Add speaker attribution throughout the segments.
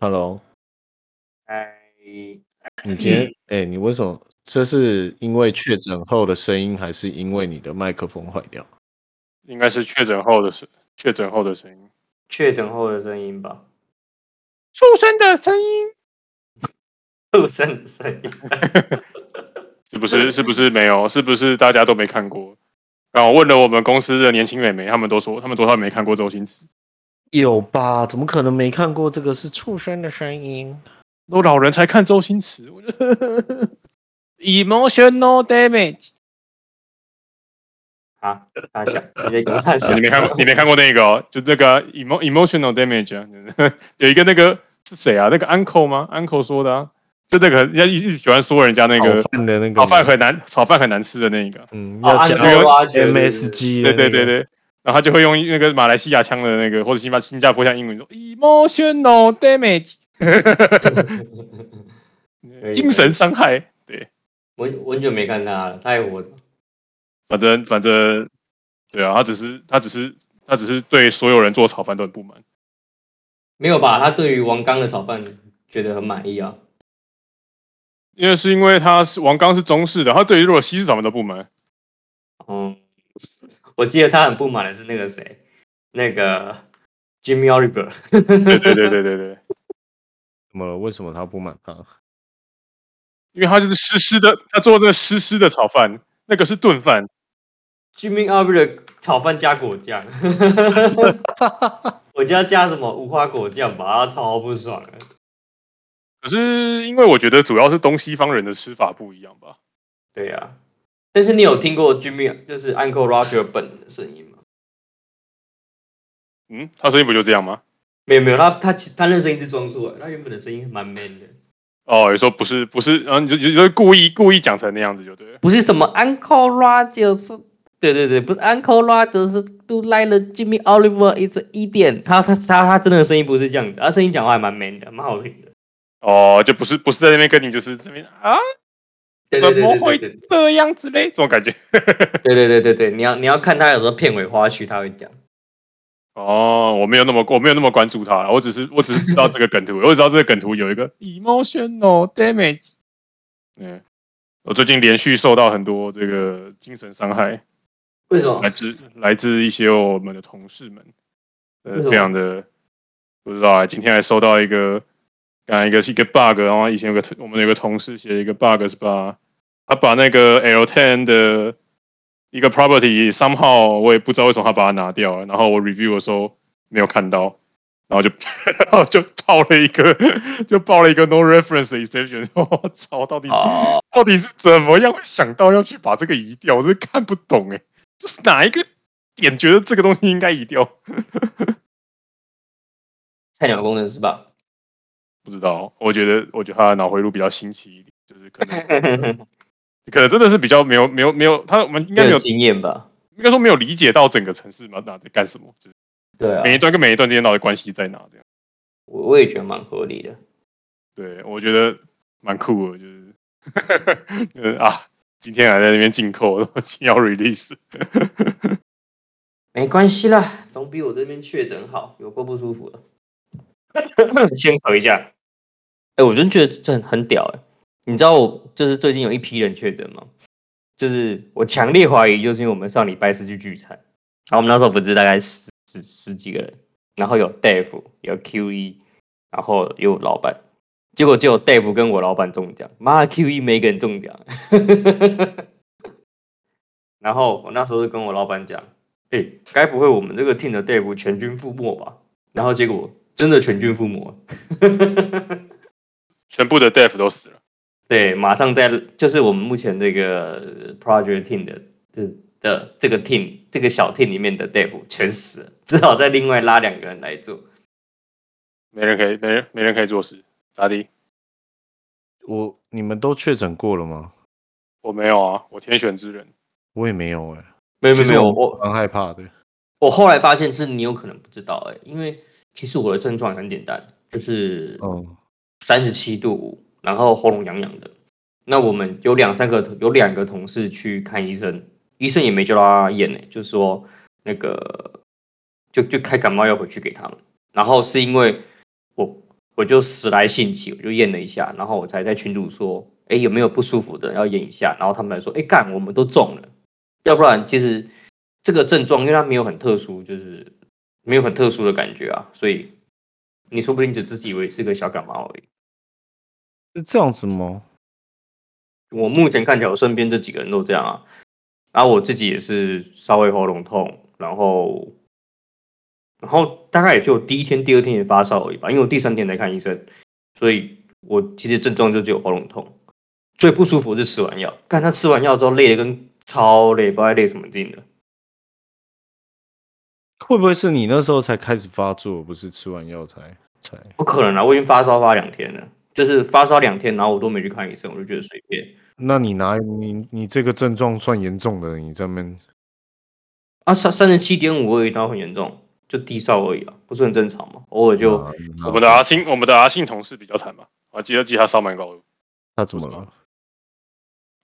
Speaker 1: Hello，
Speaker 2: 哎，
Speaker 1: 你今天哎、你为什么？这是因为确诊后的声音，还是因为你的麦克风坏掉？
Speaker 3: 应该是确诊后的声，确诊后的声音，
Speaker 2: 确诊后的声音吧，
Speaker 3: 畜生的声音，
Speaker 2: 畜生的声音。
Speaker 3: 是不是？是不是没有？是不是大家都没看过？刚我问了我们公司的年轻美眉，他们都说他们多少没看过周星驰，
Speaker 1: 有吧？怎么可能没看过？这个是畜生的声音。
Speaker 3: 都老人才看周星驰。我就 Emotional damage，
Speaker 2: 啊，他想，你在看
Speaker 3: 啊你没 看过，你没看过那个哦，就那个 emo emotional damage 啊， 有一个那个是谁啊？那个 uncle 吗？uncle 说的啊，就那个人家一直喜欢说人家那个
Speaker 1: 炒饭的那个
Speaker 3: 炒饭很难，炒饭很难吃的那一个，
Speaker 1: 嗯，
Speaker 2: 哦
Speaker 1: 要讲
Speaker 3: 安哥
Speaker 2: 挖掘
Speaker 1: MSG 的、
Speaker 3: 对对对，对。然后他就会用那个马来西亚腔的那个，或者新加新加坡腔英文说 emotional damage，
Speaker 2: 以
Speaker 3: 精神伤害。对，
Speaker 2: 我我很久没看他了，太火了。
Speaker 3: 反正反正，对啊，他只是他只是他只是对所有人做炒饭都很不满。
Speaker 2: 没有吧？他对于王刚的炒饭觉得很满意啊。
Speaker 3: 因为是因为他是王刚是中式的，他对于如果西式炒饭都不满，
Speaker 2: 嗯， 我记得他很不满的是那个谁，那个 Jimmy Oliver，
Speaker 3: 对对对对对对，
Speaker 1: 怎么了？为什么他不满他？
Speaker 3: 因为他就是湿湿的，他做那个湿湿的炒饭，那个是炖饭，
Speaker 2: Jimmy Oliver 炒饭加果酱， 我就要加什么无花果酱吧，超不爽的。
Speaker 3: 可是因为我觉得主要是东西方人的吃法不一样吧。
Speaker 2: 对呀、啊，但是你有听过 Jimmy 就是 Uncle Roger 本人的声音吗？
Speaker 3: 嗯，他声音不就这样吗？
Speaker 2: 没有没有，他他其他那声音是装出来，他原本的声音蛮 man 的，
Speaker 3: 哦，你说不是不是，然后你就你就故意故意讲成那样子就对了。
Speaker 2: 不是什么 Uncle Roger 是，对对对，不是 Uncle Roger 是 Do like the Jimmy Oliver is an idiot，他他他他真的声音不是这样的，他声音讲话还蛮 man 的，蛮好听的。
Speaker 3: 哦，就不是不是在那边跟你就是这边啊，
Speaker 2: 对对
Speaker 3: 怎
Speaker 2: 对
Speaker 3: 么
Speaker 2: 对
Speaker 3: 会
Speaker 2: 对
Speaker 3: 这样子嘞？这种感觉。
Speaker 2: 对对对对对，你要你要看他有时候片尾花絮他会讲。
Speaker 3: 哦，我没有那么我没有那么关注他，我只是我只是知道这个梗图，我只知道这个梗图有一个 emotional damage。嗯，我最近连续受到很多这个精神伤害，
Speaker 2: 为什么
Speaker 3: 来自来自一些我们的同事们，
Speaker 2: 为
Speaker 3: 呃，
Speaker 2: 什么
Speaker 3: 这样的不知道啊。今天还收到一个，刚才一个是一个 bug，然后以前有个我们有个同事写一个 bug 是吧？他把那个 L10 的一个 property somehow 我也不知道为什么他把它拿掉了，然后我 review 的时候没有看到，然后就 然后就爆了一个就爆了一个 no reference exception，我 操，到底
Speaker 2: 哦，
Speaker 3: 到底是怎么样会想到要去把这个移掉？我真的看不懂哎、这是哪一个点觉得这个东西应该移掉？
Speaker 2: 菜鸟工程师吧？
Speaker 3: 不知道，我觉得我觉得他的脑回路比较新奇一点，就是可能可能真的是比较没有没有没有，他我们应该没有
Speaker 2: 经验吧？
Speaker 3: 应该说没有理解到整个城市嘛，哪在干什么，就是
Speaker 2: 对啊，
Speaker 3: 每一段跟每一段之间到底关系在哪这样。
Speaker 2: 我我也觉得蛮合理的。
Speaker 3: 对，我觉得蛮酷的，就是就是 啊，今天还在那边进扣， 然后要 release。
Speaker 2: 没关系啦，总比我这边确诊好，有过不舒服的。 先咳一下。哎、我真觉得这很很屌哎、你知道我就是最近有一批人确诊吗？就是我强烈怀疑，就是因为我们上礼拜是去聚餐，然后我们那时候不是大概十十十几个人，然后有 Dave，有 QE，然后有老板，结果只有 Dave 跟我老板中奖，妈 QE 没一个人中奖。 然后我那时候就跟我老板讲，哎、该不会我们这个 team 的 Dave 全军覆没吧？然后结果真的全军覆没。
Speaker 3: 全部的 dev 都死了，
Speaker 2: 对，马上在就是我们目前这个呃 project team 的的的这个 team 这个小 team 里面的 Dave 全死了，只好再另外拉两个人来做。
Speaker 3: 没人可以，没人没人可以做事，咋地？
Speaker 1: 我你们都确诊过了吗？
Speaker 3: 我没有啊，我天选之人。
Speaker 1: 我也没有哎、
Speaker 2: 没有没
Speaker 1: 其
Speaker 2: 有
Speaker 1: 实
Speaker 2: 没有，
Speaker 1: 我
Speaker 2: 我
Speaker 1: 蛮害怕的。
Speaker 2: 我后来发现是你有可能不知道哎、因为其实我的症状很简单，就是
Speaker 1: 嗯，
Speaker 2: 三十七度五，然后喉咙痒痒的。那我们有两三个有两个同事去看医生，医生也没叫他验呢、就是说那个就就开感冒药回去给他们。然后是因为我我就时来兴起，我就验了一下，然后我才在群主说，哎、有没有不舒服的要验一下。然后他们来说，哎、干，我们都中了，要不然其实这个症状，因为它没有很特殊，就是没有很特殊的感觉啊，所以你说不定只自己以为是个小感冒而已。
Speaker 1: 是这样子吗？
Speaker 2: 我目前看起来，我身边这几个人都这样啊。然后我自己也是稍微喉咙痛，然后，然后大概也就第一天、第二天也发烧而已吧，因为我第三天才看医生，所以我其实症状就只有喉咙痛。最不舒服是吃完药，看他吃完药之后累的跟超累，不知道在累什么劲的。
Speaker 1: 会不会是你那时候才开始发作，不是吃完药才才？
Speaker 2: 不可能啊，我已经发烧发两天了，就是发烧两天，然后我都没去看医生，我就觉得随便。
Speaker 1: 那你拿你你这个症状算严重的，你这边
Speaker 2: 啊，三三十七点五而已，然后很严重，就低烧而已啊，不是很正常吗？偶尔就、
Speaker 1: 啊
Speaker 3: 我们的阿信，我们的阿信同事比较惨吧？我记得记得他烧蛮高的，
Speaker 1: 他怎么
Speaker 3: 不是
Speaker 1: 了？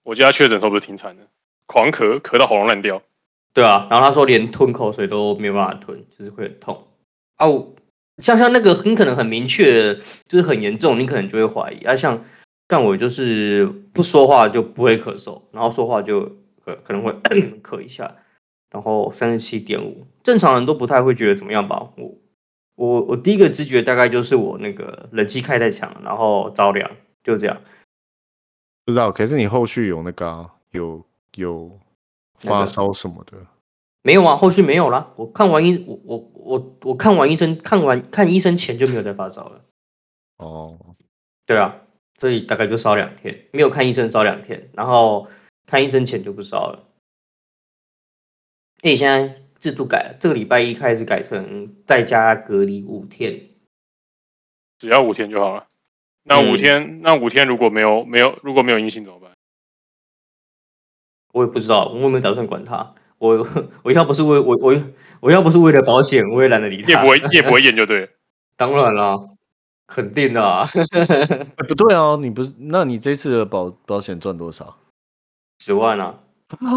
Speaker 3: 我记得他确诊的时候不是挺惨的，狂咳咳到喉咙烂掉。
Speaker 2: 对啊，然后他说连吞口水都没有办法吞，就是会很痛啊。我像像那个很可能很明确，就是很严重，你可能就会怀疑啊。像但我就是不说话就不会咳嗽，然后说话就可可能会咳一下，然后三十七点五，正常人都不太会觉得怎么样吧。我我我第一个直觉大概就是我那个冷气开太强，然后着凉，就这样。
Speaker 1: 不知道，可是你后续有那个啊、有有
Speaker 2: 哪
Speaker 1: 发
Speaker 2: 个
Speaker 1: 烧什么的，
Speaker 2: 没有啊，后续没有啦。我看完医，我我我我看完医生，看完看医生前就没有再发烧了。
Speaker 1: 哦，
Speaker 2: 对啊，所以大概就烧两天，没有看医生烧两天，然后看医生前就不烧了。哎，现在制度改了，这个礼拜一开始改成在家隔离五天。
Speaker 3: 只要五天就好了。那
Speaker 2: 嗯
Speaker 3: 五天，那五天如果没有没有如果没有阴性怎么办？
Speaker 2: 我也不知道，我也没有打算管他。我 我要不是为我我我要不是为了保险，我也懒得理
Speaker 3: 夜
Speaker 2: 他
Speaker 3: 不。会
Speaker 1: 啊
Speaker 3: 夜不会验就 对了。
Speaker 2: 当然啦，肯定的、啊，
Speaker 1: 哎不对啊，你不是？那你这次的保保险赚多少？
Speaker 2: 十万啊！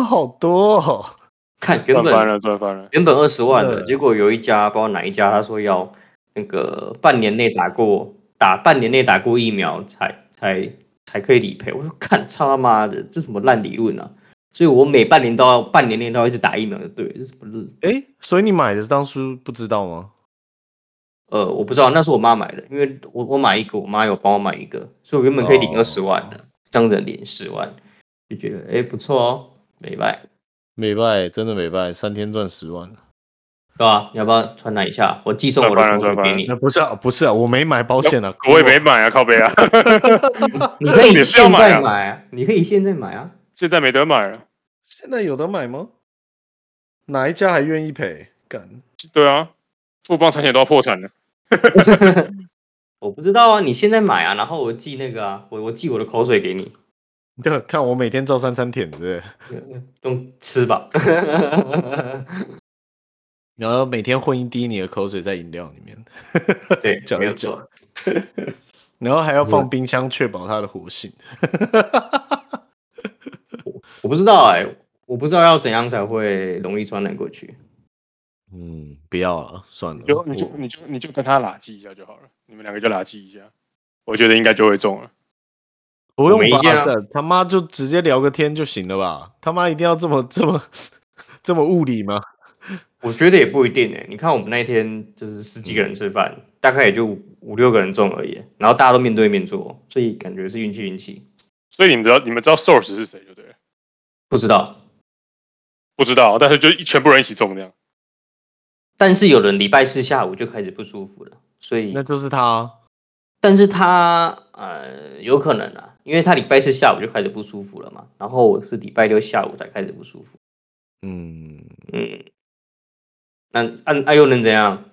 Speaker 1: 好多、哦，
Speaker 2: 看原
Speaker 3: 赚
Speaker 2: 本
Speaker 3: 翻了，赚翻了。
Speaker 2: 原本二十万的，
Speaker 1: 对
Speaker 2: 结果有一家不知道哪一家，他说要那个半年内打过打半年内打过疫苗才才才可以理赔。我说看操他妈的，这什么烂理论啊！所以我每半年都要半年内都要一直打疫苗，就对了，这什么论？
Speaker 1: 哎，所以你买的当初不知道吗？
Speaker 2: 呃，我不知道，那是我妈买的，因为我我买一个，我妈有帮我买一个，所以我原本可以领
Speaker 1: 哦
Speaker 2: 二十万的，这样子领十万，就觉得哎、不错哦，没败，
Speaker 1: 美拜，真的美拜，三天赚十万。
Speaker 2: 对吧？你要不要传达一下？我寄送我的
Speaker 3: 转发了
Speaker 2: 口
Speaker 3: 转发
Speaker 2: 红给
Speaker 3: 了
Speaker 2: 你
Speaker 1: 那，不是啊，不是啊，我没买保险啊，
Speaker 3: 我也没买啊，靠背啊，
Speaker 2: 你可以
Speaker 3: 你是要
Speaker 2: 现
Speaker 3: 买
Speaker 2: 在
Speaker 3: 啊
Speaker 2: 买啊，你可以现在买啊。
Speaker 3: 现在没得买了。
Speaker 1: 现在有的买吗？哪一家还愿意赔？干，
Speaker 3: 对啊，富邦产险都要破产了。
Speaker 2: 我不知道啊，你现在买啊，然后我寄那个啊，我我寄我的口水给你，
Speaker 1: 对，看我每天照三餐舔着，
Speaker 2: 用吃吧。
Speaker 1: 然后每天混一滴你的口水在饮料里面，
Speaker 2: 对，
Speaker 1: 讲
Speaker 2: 没
Speaker 1: 一
Speaker 2: 有
Speaker 1: 讲
Speaker 2: 错。
Speaker 1: 然后还要放冰箱确保它的活性。
Speaker 2: 我不知道哎、我不知道要怎样才会容易传染过去。
Speaker 1: 嗯，不要了，算了。
Speaker 3: 就你就
Speaker 1: 我
Speaker 3: 你就你就跟他拉鸡一下就好了，你们两个就拉鸡一下，我觉得应该就会中了。
Speaker 1: 不
Speaker 2: 我没
Speaker 1: 用
Speaker 2: 意见啊
Speaker 1: 吧，这他妈就直接聊个天就行了吧？他妈一定要这么这么这么物理吗？
Speaker 2: 我觉得也不一定哎、你看我们那天就是十几个
Speaker 1: 嗯
Speaker 2: 人吃饭，大概也就五五六个人中而已，然后大家都面对面做，所以感觉是运气运气。
Speaker 3: 所以你们知道你们知道 source 是谁就对了，
Speaker 2: 不知道，
Speaker 3: 不知道，但是就一全部人一起中这样。
Speaker 2: 但是有人礼拜四下午就开始不舒服了，所以
Speaker 1: 那就是他啊。
Speaker 2: 但是他呃有可能啊，因为他礼拜四下午就开始不舒服了嘛，然后我是礼拜六下午才开始不舒服。
Speaker 1: 嗯，
Speaker 2: 嗯，那那那又能怎样？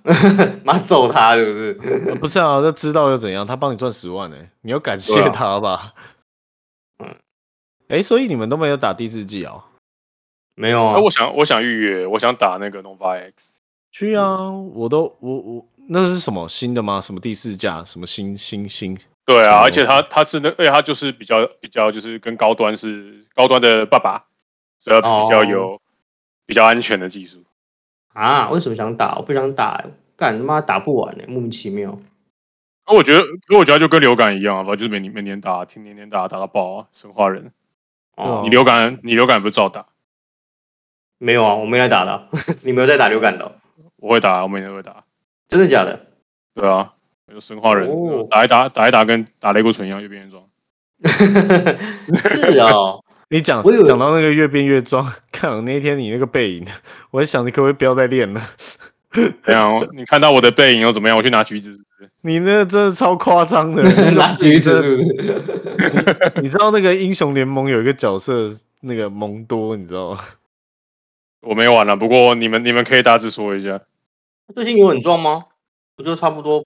Speaker 2: 妈揍他是不是？
Speaker 1: 呃不是啊，那知道又怎样？他帮你赚十万呢、你要感谢
Speaker 2: 对啊
Speaker 1: 他吧。
Speaker 2: 嗯，
Speaker 1: 哎、所以你们都没有打第四季哦？
Speaker 2: 没有
Speaker 3: 哎、
Speaker 2: 啊，
Speaker 3: 我想我想预约，我想打那个 Nova X，
Speaker 1: 去啊，我都我我那是什么新的吗？什么第四架？什么新新新？
Speaker 3: 对
Speaker 1: 什么
Speaker 3: 啊，而且他他是那，而且他就是比较比较就是跟高端是高端的爸爸，所以他比较
Speaker 2: 哦
Speaker 3: 有、比较安全的技术。
Speaker 2: 啊，为什么想打？我不想打、干他妈打不完呢、莫名其妙。
Speaker 3: 可我觉得，可我觉得就跟流感一样啊，反正就是每年每年打，天年年打，打到爆啊！生化人，
Speaker 1: 哦
Speaker 3: 你流感你流感不是照打？
Speaker 2: 没有啊，我没来打的啊、你没有在打流感的哦、
Speaker 3: 我会打，我每年都会打。
Speaker 2: 真的假的？
Speaker 3: 对啊，有生化人、
Speaker 2: 哦
Speaker 3: 打一打打一打，跟打类固醇一样，越变越壮。
Speaker 2: 是哦，
Speaker 1: 你讲
Speaker 2: 我以为
Speaker 1: 讲到那个越变越壮，看我那天你那个背影， 我在想你可不可以不要再练了？
Speaker 3: 怎样？你看哎到我的背影又怎么样？我去拿橘子是不是
Speaker 1: 你那真的超夸张 的，那个
Speaker 2: 拿橘子
Speaker 1: 真的
Speaker 2: 是不是？
Speaker 1: 你知道那个英雄联盟有一个角色那个蒙多，你知道吗？
Speaker 3: 我没玩了、不过你们你们可以大致说一下。
Speaker 2: 最近有很壮吗？不就差不多？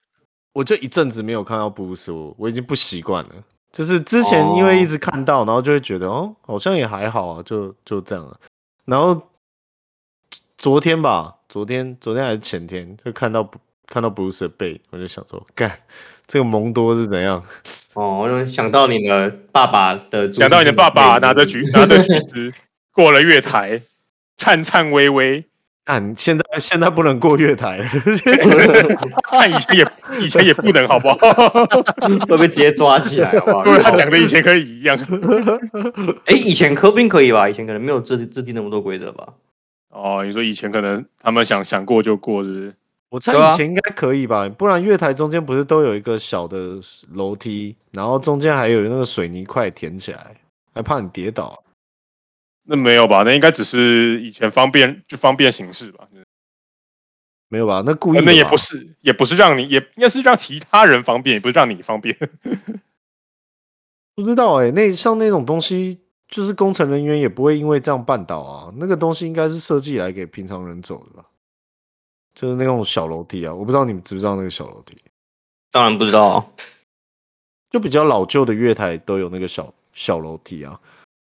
Speaker 1: 我就一阵子没有看到布苏，我已经不习惯了。就是之前
Speaker 3: 哦
Speaker 1: 因为一直看到，然后就会觉得哦，好像也还好啊，就就这样了。然后昨天吧，昨天昨天还是前天，就看到看到布鲁斯的背，我就想说，干这个蒙多是怎样？
Speaker 2: 哦，我就想到你的爸爸的，
Speaker 3: 想到你的爸爸拿着橘拿着橘 子过了月台，颤颤巍巍。
Speaker 1: 看现在现在不能过月台了，
Speaker 3: 看以前也以前也不能，好不 好？
Speaker 2: 会被直接抓起来，好不 好？
Speaker 3: 因为他讲的以前可以一样。
Speaker 2: 哎、以前科宾可以吧？以前可能没有制制定那么多规则吧？
Speaker 3: 哦，你说以前可能他们想想过就过，是不是？
Speaker 1: 我猜
Speaker 2: 对啊
Speaker 1: 以前应该可以吧，不然月台中间不是都有一个小的楼梯，然后中间还有那个水泥块填起来，还怕你跌倒。啊
Speaker 3: 那没有吧？那应该只是以前方便就方便行事吧。
Speaker 1: 没有吧？那故意的吧
Speaker 3: 那也不是，也不是让你，也应该是让其他人方便，也不是让你方便。
Speaker 1: 不知道哎、那像那种东西，就是工程人员也不会因为这样绊倒啊。那个东西应该是设计来给平常人走的吧？就是那种小楼梯啊，我不知道你们知不知道那个小楼梯，
Speaker 2: 当然不知道、啊，
Speaker 1: 就比较老旧的月台都有那个小小楼梯啊，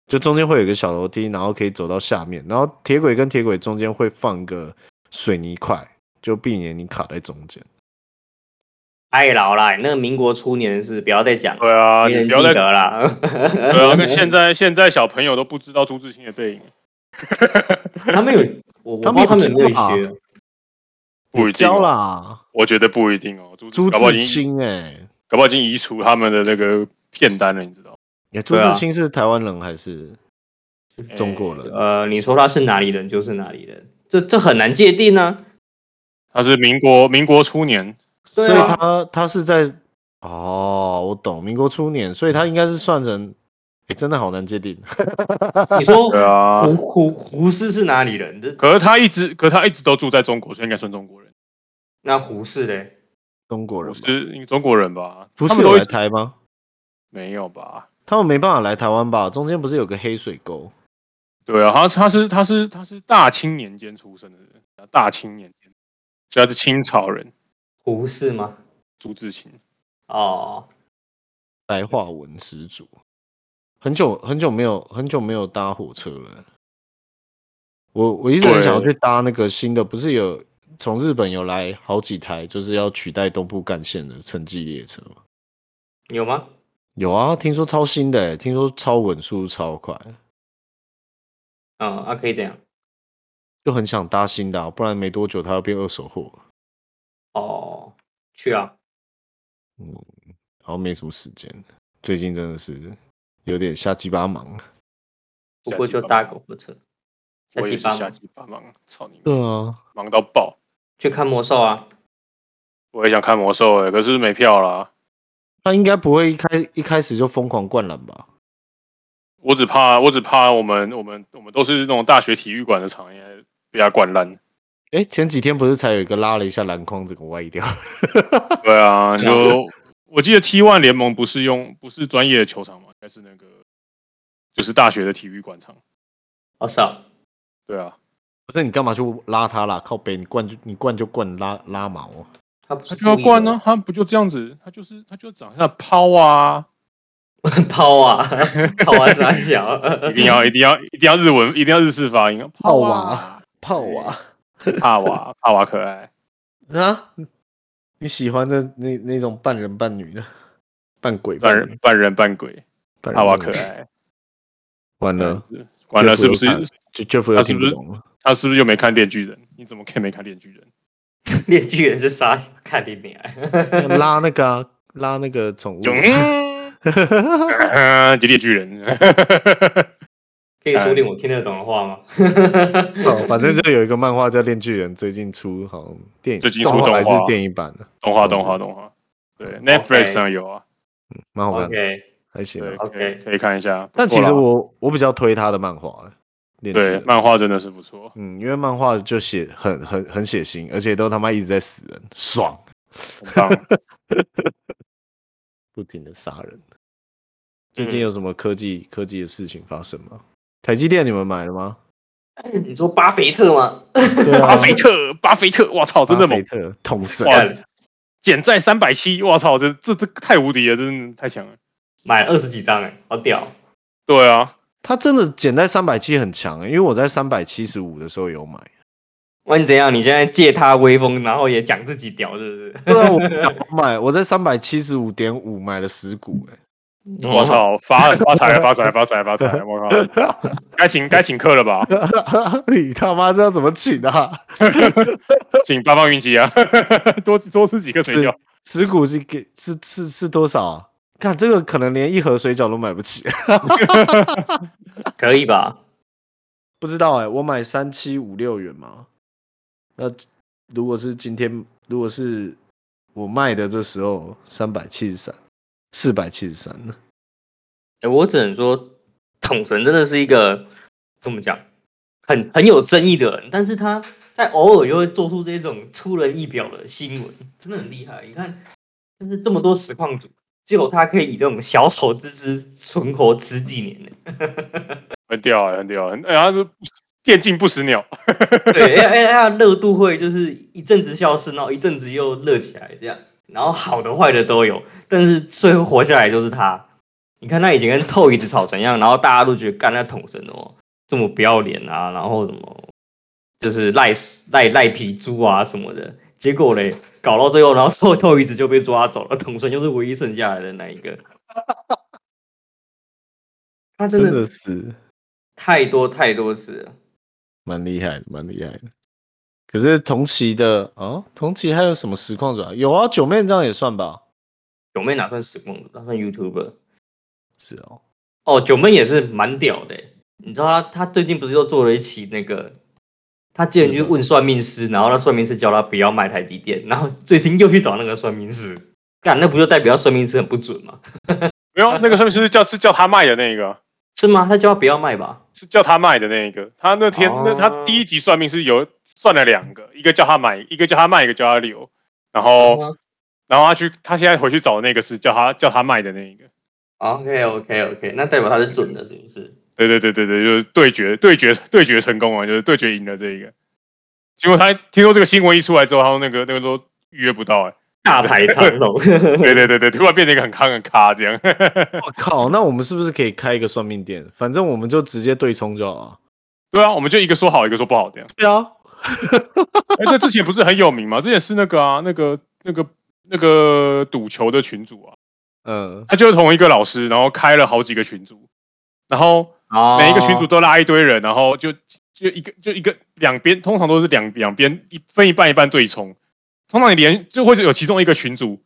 Speaker 1: 就中间会有一个小楼梯，然后可以走到下面，然后铁轨跟铁轨中间会放一个水泥块，就避免你卡在中间。
Speaker 2: 太哎老啦，那个民国初年的事，不要再讲了，
Speaker 3: 对啊，
Speaker 2: 没
Speaker 3: 你
Speaker 2: 人
Speaker 3: 不
Speaker 2: 记
Speaker 3: 要再
Speaker 2: 得啦。
Speaker 3: 对啊，跟现在现在小朋友都不知道朱自清的背影，
Speaker 2: 他们有，我我
Speaker 1: 他
Speaker 2: 不
Speaker 1: 们
Speaker 2: 知道他们
Speaker 1: 有
Speaker 2: 有没
Speaker 1: 教吧
Speaker 2: 有学，
Speaker 3: 不一定哦
Speaker 1: 教啦，
Speaker 3: 我觉得不一定哦。朱
Speaker 1: 朱
Speaker 3: 搞不好已
Speaker 1: 自
Speaker 3: 经
Speaker 1: 清哎、
Speaker 3: 搞不好已经移除他们的那个片单了，你知道吗？
Speaker 1: 欸朱
Speaker 2: 对啊
Speaker 1: 自清是台湾人还是中国人？
Speaker 2: 呃，你说他是哪里人就是哪里人，这这很难界定啊。
Speaker 3: 他是民国民国初年，
Speaker 1: 所
Speaker 2: 对啊
Speaker 1: 以他他是在哦，我懂，民国初年，所以他应该是算成，哎、真的好难界定。
Speaker 2: 你说
Speaker 3: 对啊
Speaker 2: 胡胡胡适是哪里人？这
Speaker 3: 可是他一直可是他一直都住在中国，所以应该算中国人，
Speaker 2: 那胡适嘞？
Speaker 1: 中国人
Speaker 3: 不
Speaker 1: 吧
Speaker 3: 是中国人吧？
Speaker 1: 不
Speaker 3: 他
Speaker 1: 是啊
Speaker 3: 们
Speaker 1: 有
Speaker 3: 都一
Speaker 1: 来
Speaker 3: 直
Speaker 1: 台吗？
Speaker 3: 没有吧？
Speaker 1: 他们没办法来台湾吧？中间不是有个黑水沟？
Speaker 3: 对啊，他他是他是他是大清年间出生的人，大清年间，所以他是清朝人，
Speaker 2: 胡适吗？
Speaker 3: 朱自清。
Speaker 2: 哦，
Speaker 1: 白话文十足。很久很久没有很久没有搭火车了。我我一直很
Speaker 3: 对
Speaker 1: 想要去搭那个新的，不是有从日本有来好几台，就是要取代东部干线的城际列车吗？
Speaker 2: 有吗？
Speaker 1: 有啊，听说超新的欸，听说超稳，速度超快，
Speaker 2: 嗯，啊，可以这样。
Speaker 1: 就很想搭新的啊、不然没多久它要变二手货了。
Speaker 2: 哦，去啊，
Speaker 1: 嗯，好像没什么时间，最近真的是有点瞎鸡巴忙。
Speaker 2: 不过就搭狗火车，下
Speaker 3: 我也
Speaker 2: 鸡
Speaker 3: 是
Speaker 2: 巴
Speaker 3: 下
Speaker 2: 嘛，
Speaker 3: 鸡巴忙，操你妈！
Speaker 1: 对啊，
Speaker 3: 忙到爆！
Speaker 2: 去看魔兽啊。
Speaker 3: 我也想看魔兽哎、可是没票啦。
Speaker 1: 他应该不会一开一开始就疯狂灌篮吧？
Speaker 3: 我只怕，我只怕我们我们我们都是那种大学体育馆的场，应该被他灌烂。
Speaker 1: 哎，前几天不是才有一个拉了一下篮筐，整个歪掉。
Speaker 3: 对
Speaker 2: 对啊
Speaker 3: 啊，就我记得 T One 联盟不是用不是专业的球场嘛，应该是那个就是大学的体育馆场。
Speaker 2: 哦，是啊，
Speaker 3: 对啊，
Speaker 1: 不是你干嘛去拉他啦？靠北，你灌就你灌就灌拉拉毛啊！
Speaker 2: 他不
Speaker 3: 他
Speaker 2: 是
Speaker 3: 就要
Speaker 2: 故意
Speaker 3: 灌
Speaker 2: 的
Speaker 3: 呢，，他不就这样子，他就是他就长相抛啊，
Speaker 2: 抛啊， 抛啊，傻 小，
Speaker 3: 一定要一定要一定要日文，一定要日式发音，
Speaker 1: 泡
Speaker 3: 抛
Speaker 1: 娃
Speaker 3: 啊，
Speaker 1: 泡啊
Speaker 3: 帕瓦帕瓦可爱，
Speaker 1: 啊！ 你喜欢的那那种半人半女的，半鬼
Speaker 3: 半
Speaker 1: 半
Speaker 3: 人半人半鬼，
Speaker 1: 半人
Speaker 3: 帕瓦可
Speaker 1: 半女
Speaker 3: 爱，
Speaker 1: 完了，
Speaker 3: 完了是不是
Speaker 1: 这不就 Jeff 又
Speaker 3: 嗯他是
Speaker 1: 听
Speaker 3: 不
Speaker 1: 不
Speaker 3: 是
Speaker 1: 懂了。
Speaker 3: 他是不是又没看《电锯人》？你怎么可以没看《电锯人》？
Speaker 2: 面具人是傻小，看你脸。
Speaker 1: 拉那个啊拉那个宠 物
Speaker 3: 就嗯，啊 就《电锯人》
Speaker 2: 可以说点我听得懂的话吗？
Speaker 1: 哦，反正就有一个漫画叫《恋巨人》，最近出好像电影，
Speaker 3: 最近出
Speaker 1: 动画还是
Speaker 3: 动画
Speaker 1: 电影版的，
Speaker 3: 动画动画动画，对
Speaker 2: OK
Speaker 3: Netflix 上有啊，
Speaker 1: 蛮好看的，
Speaker 2: OK，
Speaker 1: 还行啊
Speaker 3: 对，。
Speaker 2: OK
Speaker 3: 可以可以看一下。不
Speaker 1: 但
Speaker 3: 错
Speaker 1: 其
Speaker 3: 啦
Speaker 1: 实我我比较推他的漫画，欸恋巨
Speaker 3: 对
Speaker 1: 人
Speaker 3: 漫画真的是不错，
Speaker 1: 嗯，因为漫画就写很很很血腥，而且都他妈一直在死人，爽，
Speaker 3: 很 棒。
Speaker 1: 不停的杀人。最
Speaker 3: 嗯
Speaker 1: 近有什么科技科技的事情发生吗？台积电你们买了吗？
Speaker 2: 你说巴菲特吗？
Speaker 1: 对
Speaker 3: 巴菲特，巴啊菲特，我操，真的
Speaker 1: 啊巴
Speaker 3: 猛
Speaker 1: 菲！特统神，
Speaker 3: 哇
Speaker 2: 干
Speaker 3: 减债三百七，我操，这这这太无敌了，真的太强了。
Speaker 2: 买了二十几张哎，好屌！
Speaker 3: 对啊，
Speaker 1: 他真的减在三百七很强、欸，因为我在三百七十五的时候有买。
Speaker 2: 问你怎样？你现在借他威风，然后也讲自己屌，是 不
Speaker 1: 对啊，我我买我在三百七十五点五买了十股、欸，
Speaker 2: 是？
Speaker 3: 我，操，发发财了，发财了，发财了，发财了！我靠， 该请该请客了吧？
Speaker 1: 你他妈这要怎么请啊？
Speaker 3: 请八方云集啊， 多多吃几个水饺。
Speaker 1: 十股是给是是是多少啊？看这个可能连一盒水饺都买不起，
Speaker 2: 可以吧？
Speaker 1: 不知道哎、我买三七五六元嘛。那如果是今天，如果是我卖的这时候三百七十三，四百七十三呢？
Speaker 2: 哎，我只能说，统神真的是一个怎么讲，很很有争议的人，但是他在偶尔又会做出这种出人意表的新闻，真的很厉害。你看，就是这么多实况组，只有他可以以这种小丑之姿存活十几年呢。
Speaker 3: 很屌啊，很屌啊！哎，他是电竞不死鸟，
Speaker 2: 对，哎哎，它的热度会就是一阵子消失，然后一阵子又热起来，这样，然后好的坏的都有，但是最后活下来就是他。你看他以前跟透椅子吵怎样，然后大家都觉得干那桶神哦，这么不要脸啊，然后什么就是赖赖赖皮猪啊什么的，结果嘞搞到最后，然后透透椅子就被抓走了，桶神就是唯一剩下来的那一个。他真
Speaker 1: 真
Speaker 2: 的
Speaker 1: 的是
Speaker 2: 太多太多次了。
Speaker 1: 蛮厉害的，蛮厉害的。可是同期的哦，同期还有什么实况组啊？有啊，九妹这样也算吧？
Speaker 2: 九妹哪算实况组，哪算 YouTuber？
Speaker 1: 是哦，
Speaker 2: 哦，九妹也是蛮屌的欸，你知道他他最近不是又做了一期那个，他竟然去问算命师，然后那算命师叫他不要买台积电，然后最近又去找那个算命师，干那不就代表算命师很不准吗？
Speaker 3: 没有那个上面是叫是叫他卖的那个，
Speaker 2: 是吗？他叫他不要卖吧？
Speaker 3: 是叫他卖的那一个。他那天、那他第一集算命是有算了两个，一个叫他买，一个叫他卖，一个叫他留。然后、
Speaker 2: 嗯
Speaker 3: 然后他去他现在回去找的那个是叫他叫他卖的那一个。
Speaker 2: ，OK OK OK，那代表他是准的，是不是？
Speaker 3: 对对对对对，就是对决对决对决成功了，就是对决赢了这一个。结果他听说这个新闻一出来之后，他说那个那个都预约不到哎、
Speaker 2: 大排长龙，
Speaker 3: 对对对对，突然变成一个很康很咖这样。
Speaker 1: 我靠，那我们是不是可以开一个算命店？反正我们就直接对冲就好了。
Speaker 3: 对啊，我们就一个说好，一个说不好这样。
Speaker 1: 对啊，
Speaker 3: 哎，这之前不是很有名吗？之前是那个啊，那个那个那个赌球的群主啊，
Speaker 1: 嗯，
Speaker 3: 他就是同一个老师，然后开了好几个群组，然后
Speaker 2: 哦
Speaker 3: 每一个群组都拉一堆人，然后就就一个就一个两边通常都是两两边一分一半一半对冲，通常你连就会有其中一个群组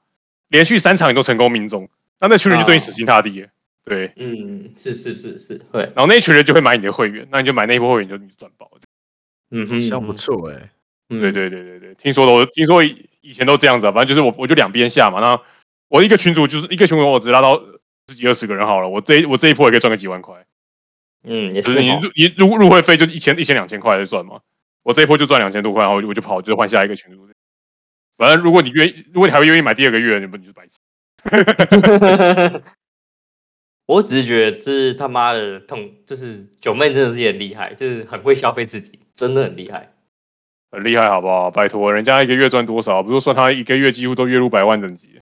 Speaker 3: 连续三场你都成功命中，那那群人就对你死心塌地了。对，
Speaker 2: 嗯，是是是是，会，
Speaker 3: 然后那群人就会买你的会员，那你就买那一波会员就你就赚爆。
Speaker 2: 嗯
Speaker 1: 好
Speaker 2: 哼，
Speaker 1: 像不错哎、
Speaker 2: 嗯，
Speaker 3: 对对对对对，听说的，我听说以以前都这样子、啊，反正就是我我就两边下嘛。那我一个群主就是一个群主，我只拉到十几二十个人好了，我这一我这一波也可以赚个几万块。
Speaker 2: 嗯也
Speaker 3: 就是是你
Speaker 2: 哦
Speaker 3: 入你入入会费就一千一千两千块就算嘛，我这一波就赚两千多块，然后我就我就跑，就换下一个群主。反正如果你愿意，如果你还会愿意买第二个月，你不你就是白痴。
Speaker 2: 我只是觉得这他妈的痛，就是九妹真的是也很厉害，就是很会消费自己。真的很厉害。
Speaker 3: 很厉害，好不好？拜托，人家一个月赚多少？不是说他一个月几乎都月入百万等级？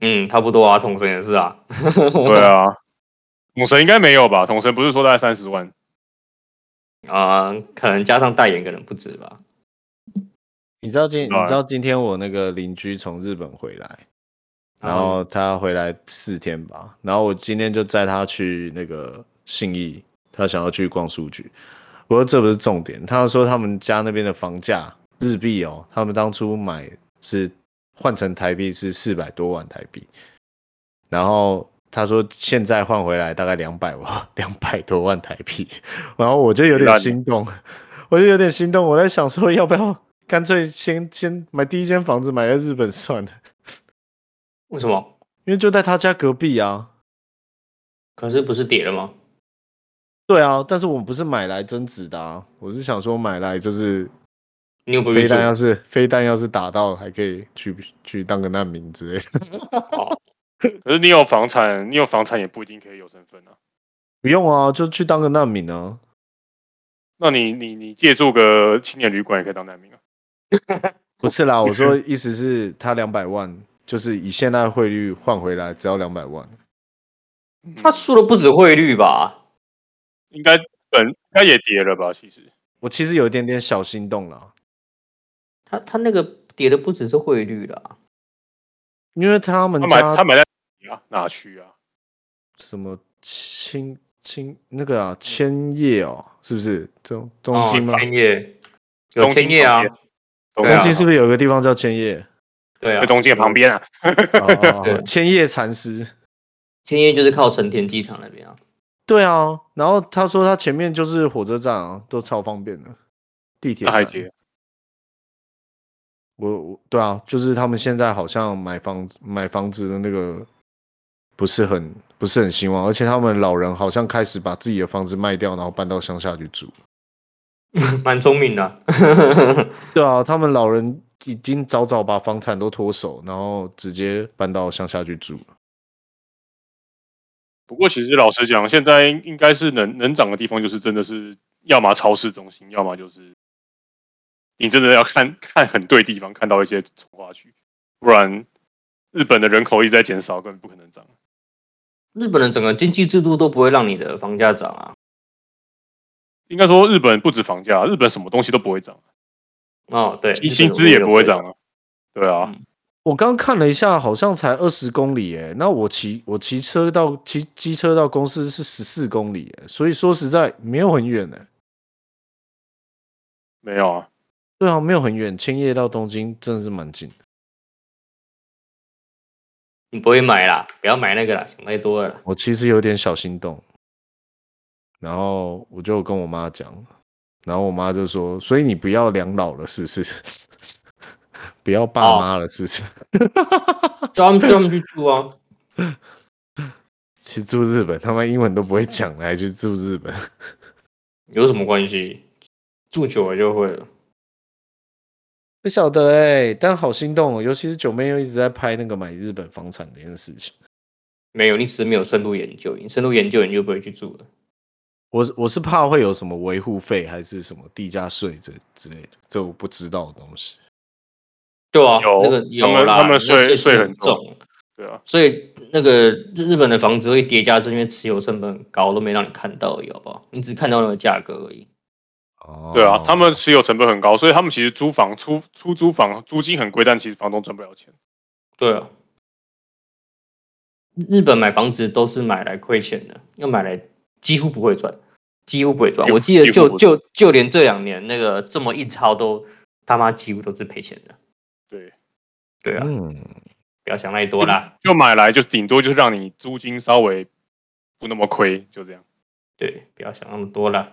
Speaker 2: 嗯，差不多啊，统神也是啊。
Speaker 3: 对啊，统神应该没有吧？统神不是说大概三十万？
Speaker 2: 啊、可能加上代言，可能不止吧。
Speaker 1: 你知道今你
Speaker 3: 对
Speaker 1: 知道今天我那个邻居从日本回来，然
Speaker 2: 啊
Speaker 1: 后他回来四天吧，然后我今天就载他去那个信义，他想要去逛书局。我说这不是重点，他说他们家那边的房价日币哦，他们当初买是换成台币是四百多万台币，然后他说现在换回来大概两百万两百多万台币，然后我就有点
Speaker 3: 烂
Speaker 1: 心动，我就有点心动，我在想说要不要干脆先先买第一间房子买在日本算了。
Speaker 2: 为什么？
Speaker 1: 因为就在他家隔壁啊。
Speaker 2: 可是不是跌了吗？
Speaker 1: 对啊，但是我们不是买来增值的啊，我是想说买来就是
Speaker 2: 你有不
Speaker 1: 飞
Speaker 2: 去住
Speaker 1: 弹，要是飞弹要是打到，还可以去去当个难民之类的。
Speaker 3: 可是你有房产，你有房产也不一定可以有身份啊。
Speaker 1: 不用啊，就去当个难民啊。
Speaker 3: 那你你你借住个青年旅馆也可以当难民啊？
Speaker 1: 不是 啦，我说意思是他两百万，就是以现在汇率换回来只要两百万。
Speaker 2: 他输的不止汇率吧？
Speaker 3: 嗯应该本应该也跌了吧？其实
Speaker 1: 我其实有一点点小心动啦，
Speaker 2: 他他那个跌的不只是汇率啦，
Speaker 1: 因为他们
Speaker 3: 他买
Speaker 1: 家
Speaker 3: 他买在哪啊哪区啊？
Speaker 1: 什么青青那个啊千叶哦，是不是东东京吗
Speaker 2: 哦？千叶有
Speaker 3: 东
Speaker 2: 千叶啊，
Speaker 3: 东
Speaker 2: 对啊
Speaker 1: 东京是不是有一个地方叫千叶？
Speaker 2: 对啊
Speaker 3: 在，东京的旁边啊？
Speaker 1: 哦哦哦
Speaker 2: 对
Speaker 1: 千叶禅师。
Speaker 2: 千叶就是靠成田机场那边啊。
Speaker 1: 对啊，然后他说他前面就是火车站啊，都超方便的，地铁
Speaker 3: 那还
Speaker 1: 站。
Speaker 3: 跌？
Speaker 1: 我我对啊，就是他们现在好像买房子买房子的那个不是很不是很兴旺，而且他们老人好像开始把自己的房子卖掉，然后搬到乡下去住。
Speaker 2: 蛮聪明的啊、
Speaker 1: 对啊，他们老人已经早早把房产都脱手，然后直接搬到乡下去住。
Speaker 3: 不过其实老实讲，现在应该是能能涨的地方，就是真的是要么超市中心，要么就是你真的要看看很对地方，看到一些从化区，不然日本的人口一直在减少，根本不可能涨。
Speaker 2: 日本人整个经济制度都不会让你的房价涨啊。
Speaker 3: 应该说，日本不止房价，日本什么东西都不会涨，
Speaker 2: 哦，对，嗯
Speaker 3: 薪薪资也不会涨。啊。对啊，
Speaker 1: 我刚看了一下，好像才二十公里诶。那我骑我骑车到骑机车到公司是十四公里耶，所以说实在没有很远诶。
Speaker 3: 没有啊，
Speaker 1: 对啊，没有很远，千叶到东京真的是蛮近的。
Speaker 2: 你不会买啦，不要买那个啦，想太多了啦。
Speaker 1: 我其实有点小心动，然后我就跟我妈讲，然后我妈就说：“所以你不要两老了，是不是？ 不要爸
Speaker 2: 哦
Speaker 1: 妈了，是不 是
Speaker 2: 叫他们叫他们去住啊。？”
Speaker 1: 去住日本，他们英文都不会讲，还去住日本。
Speaker 2: 有什么关系？住久了就会了。
Speaker 1: 不晓得哎、但好心动哦，尤其是九妹又一直在拍那个买日本房产这件事情。
Speaker 2: 没有，你只是没有深入研究，你深入研究你就不会去住了。
Speaker 1: 我是我是怕会有什么维护费还是什么地价税这之类的，这我不知道的东西。
Speaker 2: 对啊，
Speaker 3: 有
Speaker 2: 那个
Speaker 3: 他
Speaker 2: 有
Speaker 3: 们
Speaker 2: 啦，
Speaker 3: 他们
Speaker 2: 那
Speaker 3: 税
Speaker 2: 税
Speaker 3: 税
Speaker 2: 很
Speaker 3: 很重，对啊，
Speaker 2: 所以那个日日本的房子会叠加，是因为持有成本很高，都没让你看到而已，好不好？你只看到那个价格而已。
Speaker 1: 哦
Speaker 3: 对啊，他们持有成本很高，所以他们其实租房出出租房租金很贵，但其实房东赚不了钱。
Speaker 2: 对啊，日本买房子都是买来亏钱的，要买来几乎不会赚，几乎不会赚。
Speaker 3: 几乎
Speaker 2: 我记得
Speaker 3: 几乎
Speaker 2: 就
Speaker 3: 不会
Speaker 2: 就就连这两年那个这么印钞都他妈几乎都是赔钱的。
Speaker 3: 对，
Speaker 2: 对啊，
Speaker 1: 嗯，
Speaker 2: 不要想太多啦。
Speaker 3: 就买来就顶多就是让你租金稍微不那么亏，就这样。
Speaker 2: 对，不要想那么多啦。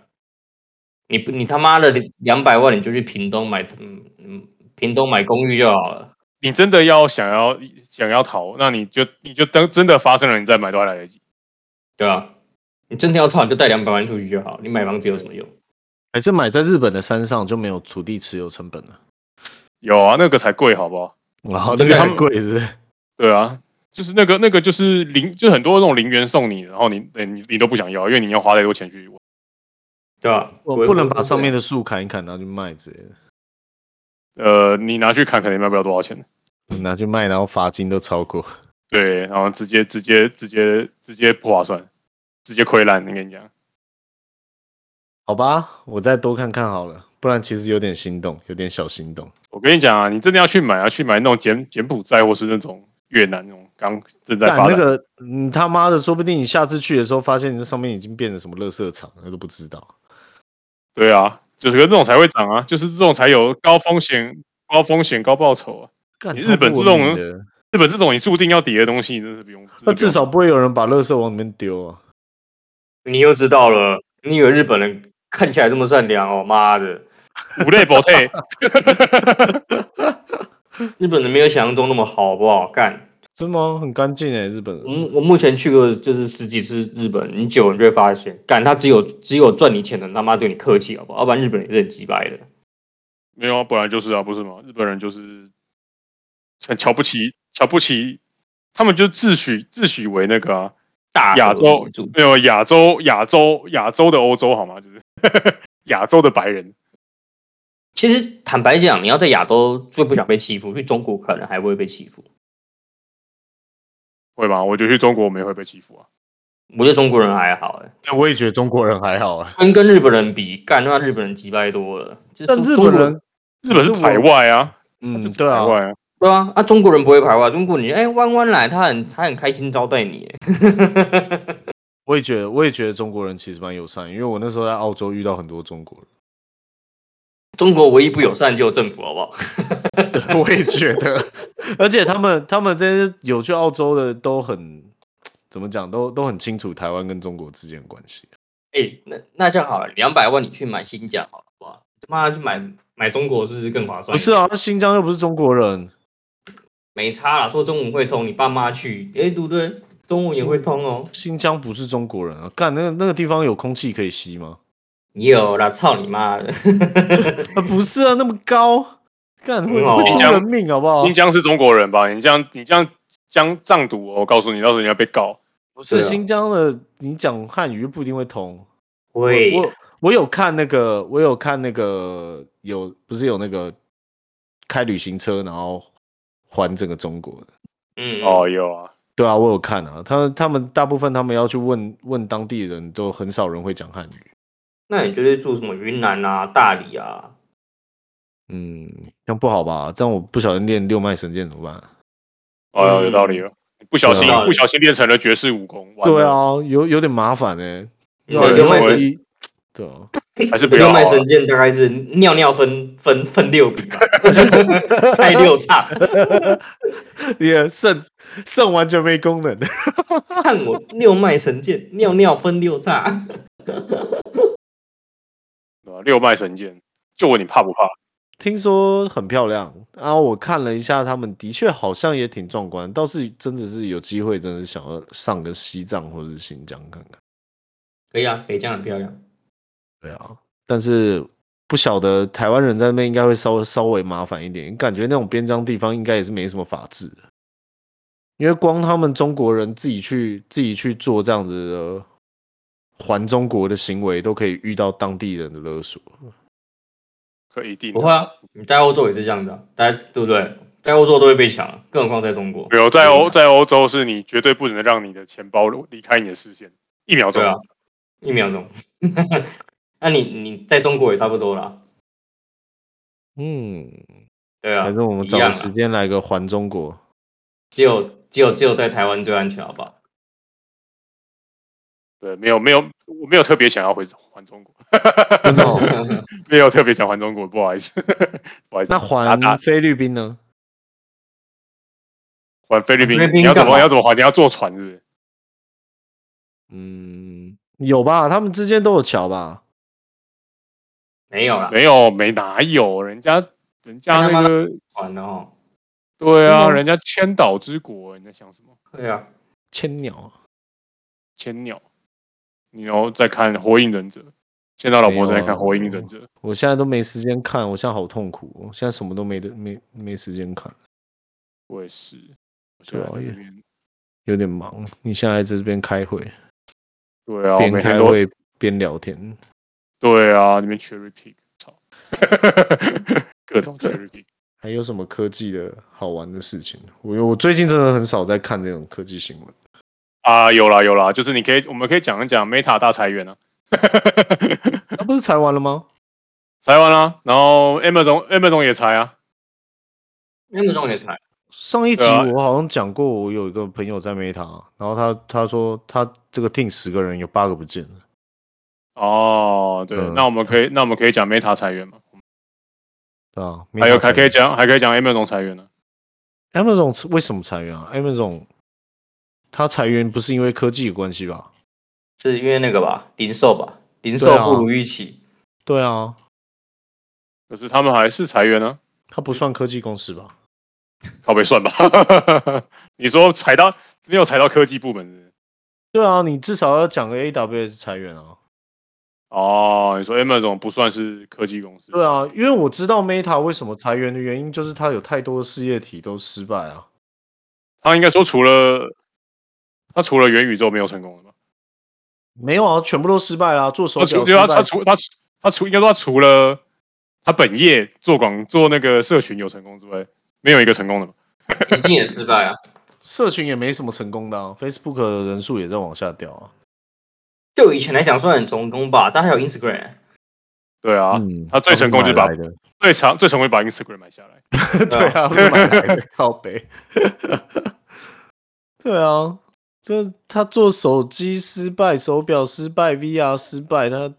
Speaker 2: 你不，你他妈的两百万，你就去屏东买，嗯嗯，屏东买公寓就好了。
Speaker 3: 你真的要想要想要逃，那你就你就当真的发生了，你再买都还来得及。
Speaker 2: 对啊，你真的要套，你就带两百万出去就好。你买房子有什么用？
Speaker 1: 还是买在日本的山上就没有土地持有成本了，
Speaker 3: 有啊，那个才贵，好不好？
Speaker 1: 然后
Speaker 2: 对
Speaker 1: 那个
Speaker 3: 他
Speaker 1: 很
Speaker 3: 们
Speaker 1: 贵是不是？
Speaker 3: 对啊，就是那个那个就是零，就很多那种零元送你，然后你你你都不想要，因为你要花太多钱去玩。
Speaker 2: 对吧？
Speaker 1: 我
Speaker 2: 也
Speaker 1: 不能把
Speaker 2: 会
Speaker 1: 上面的树砍一砍，然后去卖之类的，
Speaker 3: 呃，你拿去砍，可能卖不了多少钱。
Speaker 1: 拿去卖，然后罚金都超过。
Speaker 3: 对，然后直接直接直接直接不划算，直接亏烂。我跟你讲，
Speaker 1: 好吧，我再多看看好了，不然其实有点心动，有点小心动。
Speaker 3: 我跟你讲啊，你真的要去买啊，去买那种柬柬埔寨或是那种越南那种刚正在
Speaker 1: 但
Speaker 3: 发
Speaker 1: 那
Speaker 3: 展。
Speaker 1: 个，你他妈的，说不定你下次去的时候，发现你这上面已经变成什么垃圾场，那都不知道。
Speaker 3: 对啊，就是可是这种才会涨啊，就是这种才有高风险、高风险、高报酬啊。
Speaker 1: 干
Speaker 3: 你日本
Speaker 1: 超
Speaker 3: 这
Speaker 1: 不文
Speaker 3: 种
Speaker 1: 明的，
Speaker 3: 日本这种你注定要跌的东西，你真是不用。
Speaker 1: 那
Speaker 3: 真的不用
Speaker 1: 至少不会有人把垃圾往里面丢啊。
Speaker 2: 你又知道了，你以为日本人看起来这么善良哦？妈的，
Speaker 3: 五类保退，
Speaker 2: 日本人没有想象中那么好，好不好？干，
Speaker 1: 真吗？很干净哎，日本
Speaker 2: 我
Speaker 1: 人。
Speaker 3: 嗯
Speaker 2: 目我目前去过就是十几次日本，你久了你就会发现，干他只有只有赚你钱的人他妈对你客气，好不好？要不然日本人也是很鸡掰的。
Speaker 3: 没有啊，本来就是啊，不是吗？日本人就是很瞧不起，瞧不起，他们就自诩自诩为那个啊，
Speaker 2: 大
Speaker 3: 亚
Speaker 2: 国
Speaker 3: 洲
Speaker 2: 民族
Speaker 3: 没有亚洲亚洲亚洲的欧洲好吗？就是 亚洲的白人，
Speaker 2: 其实坦白讲，你要在亚洲最不想被欺负，去中国可能还不会被欺负。
Speaker 3: 会吗？我觉得去中国我们也会被欺负啊。
Speaker 2: 我觉得中国人还好、欸，
Speaker 1: 哎我也觉得中国人还好啊，
Speaker 2: 跟跟日本人比，干那日本人鸡掰多了。就
Speaker 1: 但
Speaker 2: 中
Speaker 1: 日
Speaker 2: 中
Speaker 1: 本
Speaker 2: 国
Speaker 1: 人，
Speaker 3: 日本
Speaker 1: 只
Speaker 3: 是
Speaker 1: 我
Speaker 3: 排，外啊，
Speaker 1: 嗯
Speaker 3: 就，是
Speaker 1: 对啊
Speaker 3: 排，外啊，
Speaker 2: 对啊，啊中国人不会排外，中国人哎、弯弯来，他很他很开心招待你、欸。
Speaker 1: 我也觉得，我也觉得中国人其实蛮友善，因为我那时候在澳洲遇到很多中国人。
Speaker 2: 中国唯一不友善就是政府，好不好？
Speaker 1: 对 我也觉得，而且他们他们这些有去澳洲的都很怎么讲，都都很清楚台湾跟中国之间的关系。
Speaker 2: 哎、那那这样好了，两百万你去买新疆好了，好不好？他妈去买买中国是不是更划算？
Speaker 1: 不是，啊，那新疆又不是中国人，
Speaker 2: 没差啦，说中文会通，你爸妈去，哎、对不对？中文也会通哦。
Speaker 1: 新疆不是中国人啊！干那个那个地方有空气可以吸吗？
Speaker 2: 有啦，操你妈的！
Speaker 1: 啊，不是啊，那么高，干会
Speaker 2: 嗯哦
Speaker 1: 会出
Speaker 3: 新疆
Speaker 1: 人命好不好
Speaker 3: 啊新？疆是中国人吧？你这样你这样将藏独哦，我告诉你，到时候你要被告。
Speaker 1: 不是
Speaker 2: 对啊
Speaker 1: 新疆的，你讲汉语不一定会通。我
Speaker 2: 会
Speaker 1: 我我有看那个，我有看那个，有不是有那个开旅行车，然后环整个中国的。
Speaker 2: 嗯
Speaker 3: 哦，有啊，
Speaker 1: 对啊，我有看啊，他他们大部分他们要去问问当地人都很少人会讲汉语，
Speaker 2: 那你就是住什么云南啊、大理啊？
Speaker 1: 嗯，这样不好吧？这样我不小心练六脉神剑怎么办？
Speaker 3: 哦，有
Speaker 2: 嗯
Speaker 3: 道理了。不小心
Speaker 1: 有
Speaker 2: 道理
Speaker 3: 不小心练成了绝世武功，完
Speaker 1: 啊
Speaker 3: 了
Speaker 1: 对，啊，有有点麻烦呢、
Speaker 2: 对
Speaker 1: 啊
Speaker 3: 六脉
Speaker 1: 神
Speaker 3: 神
Speaker 1: 一，对啊，
Speaker 3: 还是不要
Speaker 2: 六
Speaker 3: 好
Speaker 2: 脉
Speaker 3: 啊。
Speaker 2: 神剑大概是尿尿分分分六笔 吧，菜六叉。
Speaker 1: 你的肾肾完全没功能。
Speaker 2: 看我六脉神剑，尿尿分六叉。
Speaker 3: 对啊吧六脉神剑，就问你怕不怕？
Speaker 1: 听说很漂亮，然后我看了一下，他们的确好像也挺壮观，倒是真的是有机会，真的是想要上个西藏或者是新疆看看。
Speaker 2: 可以啊，北疆很漂亮。
Speaker 1: 对啊，但是不晓得台湾人在那边应该会稍微稍微麻烦一点，感觉那种边疆地方应该也是没什么法治的，因为光他们中国人自己去自己去做这样子的环中国的行为，都可以遇到当地人的勒索。
Speaker 3: 可以一定的
Speaker 2: 不会啊，你在欧洲也是这样的、啊，大家对不对？在欧洲都会被抢，更何况在中国。嗯
Speaker 3: 没有哦在欧在欧洲是你绝对不能让你的钱包离开你的视线一秒钟
Speaker 2: 对。啊，一秒钟。 那你你在中国也差不多啦，
Speaker 1: 嗯，
Speaker 2: 对啊，
Speaker 1: 反正我们
Speaker 2: 一
Speaker 1: 找
Speaker 2: 样
Speaker 1: 个
Speaker 2: 啊
Speaker 1: 时间来个环中国。
Speaker 2: 只有只有只有在台湾最安全，好不好？
Speaker 3: 对，没有没有，我没有特别想要回还中国，
Speaker 1: 真的哦
Speaker 3: 没有特别想还中国，不好意思，不好意思。
Speaker 1: 那
Speaker 3: 打
Speaker 1: 还
Speaker 3: 啊打
Speaker 1: 菲律宾呢？
Speaker 3: 还菲律
Speaker 2: 菲律
Speaker 3: 宾，
Speaker 2: 宾
Speaker 3: 你要怎
Speaker 2: 干
Speaker 3: 么
Speaker 2: 嘛
Speaker 3: 你要怎么还？你要坐船是不是？
Speaker 1: 嗯，有吧？他们之间都有桥吧？
Speaker 2: 没有啦，
Speaker 3: 没有，没哪有，人家人家
Speaker 2: 看他
Speaker 3: 那
Speaker 2: 妈
Speaker 3: 个
Speaker 2: 完了哦。
Speaker 3: 对
Speaker 1: 真的
Speaker 3: 啊，
Speaker 1: 吗
Speaker 3: 人家千岛之国，你在想什么？
Speaker 2: 对啊，
Speaker 1: 千鸟啊
Speaker 3: 千鸟，你要再看《火影忍者》，见到老婆
Speaker 1: 没有
Speaker 3: 在
Speaker 1: 啊
Speaker 3: 看《火影忍者》，
Speaker 1: 我现在都没时间看，我现在好痛苦、哦，我现在什么都没得没没时间看，
Speaker 3: 我也是，我现
Speaker 1: 对
Speaker 3: 在
Speaker 1: 啊
Speaker 3: 在
Speaker 1: 也
Speaker 3: 那边
Speaker 1: 有点忙。你现在在这边开会，
Speaker 3: 对啊，我
Speaker 1: 边
Speaker 3: 每天
Speaker 1: 开
Speaker 3: 都
Speaker 1: 会边聊天，
Speaker 3: 对啊，里面 cherry pick，操，各种 cherry pick。
Speaker 1: 还有什么科技的好玩的事情？我我最近真的很少在看这种科技新闻。
Speaker 3: 啊，有啦有啦，就是你可以，我们可以讲一讲 Meta 大裁员啊，
Speaker 1: 那、不是裁完了吗？
Speaker 3: 裁完啦、然后 Amazon Amazon 也裁啊，
Speaker 2: 那么重也裁，
Speaker 1: 上一集
Speaker 3: 对啊
Speaker 1: 我好像讲过，我有一个朋友在 Meta，然后他他说他这个 team 十个人有八个不见了。
Speaker 3: 哦，对，
Speaker 1: 嗯
Speaker 3: 那我们可以那我们可以讲 Meta 裁员嘛，
Speaker 1: 对啊，
Speaker 3: 还有还可以
Speaker 1: 讲
Speaker 3: 讲还可以讲 Amazon 裁员呢、啊
Speaker 1: Amazon 为什么裁员啊？Amazon 它裁员不是因为科技有关系吧？
Speaker 2: 是因为那个吧，零售吧，零售
Speaker 1: 对啊
Speaker 2: 不如预期，
Speaker 1: 对啊，
Speaker 3: 可是他们还是裁员啊呢、
Speaker 1: 它不算科技公司吧？
Speaker 3: 靠背算吧， 你说裁到没有裁到科技部门是不是
Speaker 1: 对啊，你至少要讲个 AWS 裁员啊。
Speaker 3: 哦，你说 Amazon 不算是科技公司？
Speaker 1: 对啊，因为我知道 Meta 为什么裁员的原因，就是它有太多事业体都失败啊。
Speaker 3: 他应该说除了他除了元宇宙没有成功的吧？
Speaker 1: 没有啊，全部都失败啦、做手
Speaker 3: 他
Speaker 1: 表
Speaker 3: 除
Speaker 1: 失
Speaker 3: 哦对啊
Speaker 1: 败
Speaker 3: 他，他除他除他除应该说他除了他本业做广做那个社群有成功之外，没有一个成功的嘛？
Speaker 2: 眼镜也失败啊。
Speaker 1: 社群也没什么成功的、啊、，Facebook 的人数也在往下掉啊。
Speaker 2: 就以前来讲算很成功吧，但还有 Instagram，欸
Speaker 3: 对啊，
Speaker 1: 嗯
Speaker 3: 他最成功就是把
Speaker 1: 买来的，
Speaker 3: 最长最成功就把 Instagram 买下来。
Speaker 1: 对啊，是买来的靠背。 对啊，就他做手机失败，手表失败，VR 失败，他